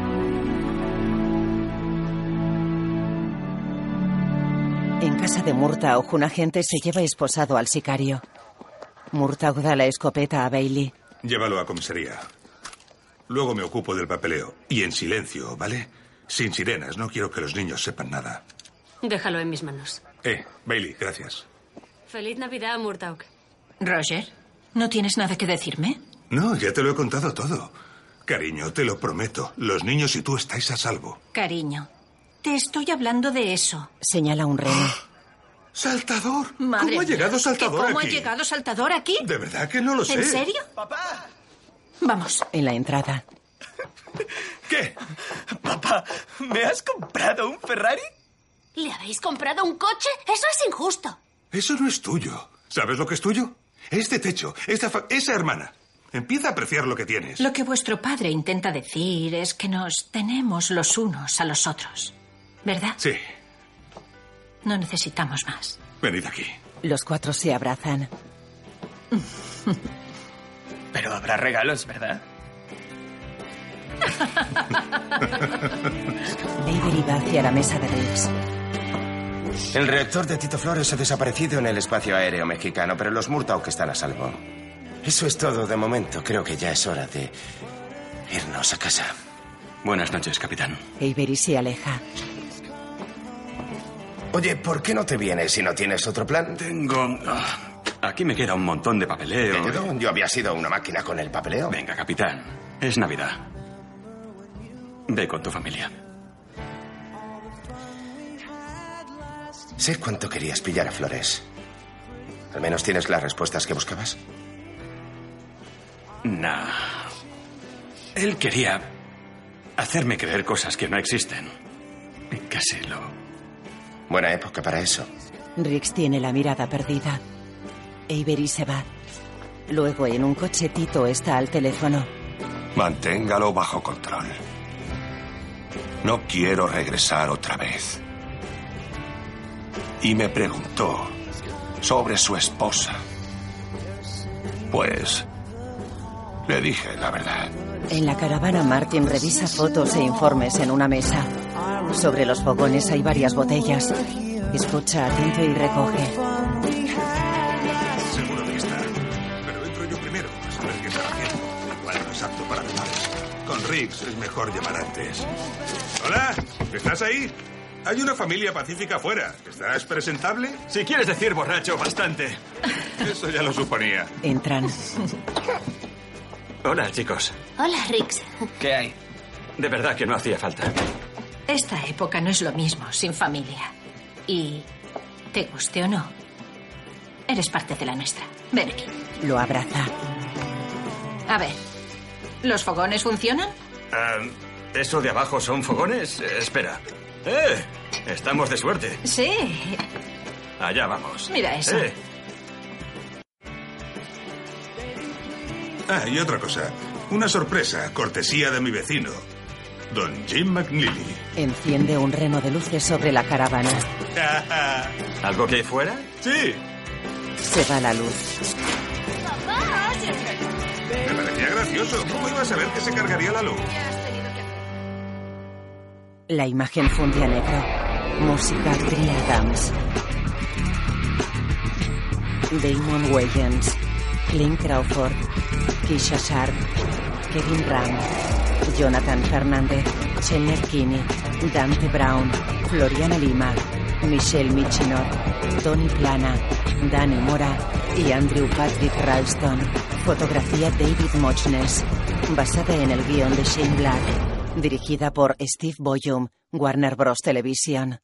[SPEAKER 1] En casa de Murtaugh, un agente se lleva esposado al sicario. Murtaugh da la escopeta a Bailey.
[SPEAKER 5] Llévalo a comisaría. Luego me ocupo del papeleo. Y en silencio, ¿vale? Sin sirenas, no quiero que los niños sepan nada.
[SPEAKER 8] Déjalo en mis manos.
[SPEAKER 5] Eh, Bailey, gracias.
[SPEAKER 8] Feliz Navidad, Murtaugh.
[SPEAKER 6] Roger, ¿no tienes nada que decirme?
[SPEAKER 5] No, ya te lo he contado todo. Cariño, te lo prometo. Los niños y tú estáis a salvo.
[SPEAKER 6] Cariño, te estoy hablando de eso.
[SPEAKER 1] Señala un reno.
[SPEAKER 5] ¡Saltador!
[SPEAKER 6] Madre
[SPEAKER 5] ¿Cómo ha
[SPEAKER 6] mía,
[SPEAKER 5] llegado Saltador
[SPEAKER 6] ¿que ¿Cómo
[SPEAKER 5] aquí?
[SPEAKER 6] ha llegado Saltador aquí?
[SPEAKER 5] De verdad que no lo sé.
[SPEAKER 6] ¿En serio? ¡Papá! Vamos.
[SPEAKER 1] En la entrada,
[SPEAKER 7] ¿Qué? Papá, ¿me has comprado un Ferrari?
[SPEAKER 16] ¿Le habéis comprado un coche? Eso es injusto.
[SPEAKER 5] Eso no es tuyo. ¿Sabes lo que es tuyo? Este techo, esta fa- esa hermana. Empieza a apreciar lo que tienes.
[SPEAKER 6] Lo que vuestro padre intenta decir es que nos tenemos los unos a los otros. ¿Verdad?
[SPEAKER 5] Sí.
[SPEAKER 6] No necesitamos más.
[SPEAKER 5] Venid aquí.
[SPEAKER 1] los cuatro se abrazan.
[SPEAKER 7] Pero habrá regalos, ¿verdad?
[SPEAKER 1] Avery va hacia la mesa de Riggs.
[SPEAKER 12] El reactor de Tito Flores ha desaparecido en el espacio aéreo mexicano, pero los Murtaugh están a salvo. Eso es todo de momento. Creo que ya es hora de irnos a casa.
[SPEAKER 4] Buenas noches, capitán.
[SPEAKER 1] Avery se aleja.
[SPEAKER 12] Oye, ¿por qué no te vienes si no tienes otro plan?
[SPEAKER 4] Tengo... ah, Aquí me queda un montón de papeleo.
[SPEAKER 12] Yo había sido una máquina con el papeleo.
[SPEAKER 4] Venga, capitán. Es Navidad. Ve con tu familia.
[SPEAKER 12] Sé cuánto querías pillar a Flores. Al menos tienes las respuestas que buscabas.
[SPEAKER 4] Nah. Él quería hacerme creer cosas que no existen. Casi lo.
[SPEAKER 12] Buena época para eso.
[SPEAKER 1] Riggs tiene la mirada perdida. Avery se va. Luego, en un coche, Tito está al teléfono.
[SPEAKER 18] Manténgalo bajo control. No quiero regresar otra vez. Y me preguntó sobre su esposa. Pues le dije la verdad.
[SPEAKER 1] En la caravana, Martin revisa fotos e informes en una mesa. Sobre los fogones hay varias botellas. Escucha atento y recoge.
[SPEAKER 5] Seguro que está. Pero entro yo primero, a saber qué está haciendo. Igual no es apto para animales. Con Riggs es mejor llamar antes. Hola, ¿estás ahí? Hay una familia pacífica afuera. ¿Estás presentable? Si quieres decir borracho, bastante. Eso ya lo suponía.
[SPEAKER 1] Entran.
[SPEAKER 4] Hola, chicos.
[SPEAKER 16] Hola, Rix.
[SPEAKER 4] ¿Qué hay? De verdad que no hacía falta.
[SPEAKER 6] Esta época no es lo mismo sin familia. Y te guste o no, eres parte de la nuestra. Ven aquí.
[SPEAKER 1] Lo abraza.
[SPEAKER 6] A ver, ¿los fogones funcionan?
[SPEAKER 4] Ah, ¿Eso de abajo son fogones? Eh, espera. ¡Eh! Estamos de suerte.
[SPEAKER 6] Sí. pues
[SPEAKER 4] Allá vamos.
[SPEAKER 6] Mira eso.
[SPEAKER 4] Eh,
[SPEAKER 5] Ah, y otra cosa. Una sorpresa, cortesía de mi vecino, don Jim McNeely.
[SPEAKER 1] Enciende un reno de luces sobre la caravana.
[SPEAKER 4] ¿Algo que hay fuera?
[SPEAKER 5] Sí.
[SPEAKER 1] Se va la luz.
[SPEAKER 5] Me parecía gracioso. ¿Cómo iba a saber que se cargaría la luz?
[SPEAKER 1] La imagen funde a negro. Música Three Adams. Damon Wayans. Clint Crawford. Keisha Sharp. Kevin Ram. Jonathan Fernández. Chandler Kinney. Dante Brown. Floriana Lima. Michelle Michinor. Tony Plana. Danny Mora. Y Andrew Patrick Ralston. Fotografía David Mochnes. Basada en el guión de Shane Black. Dirigida por Steve Boyum, Warner Bros. Television.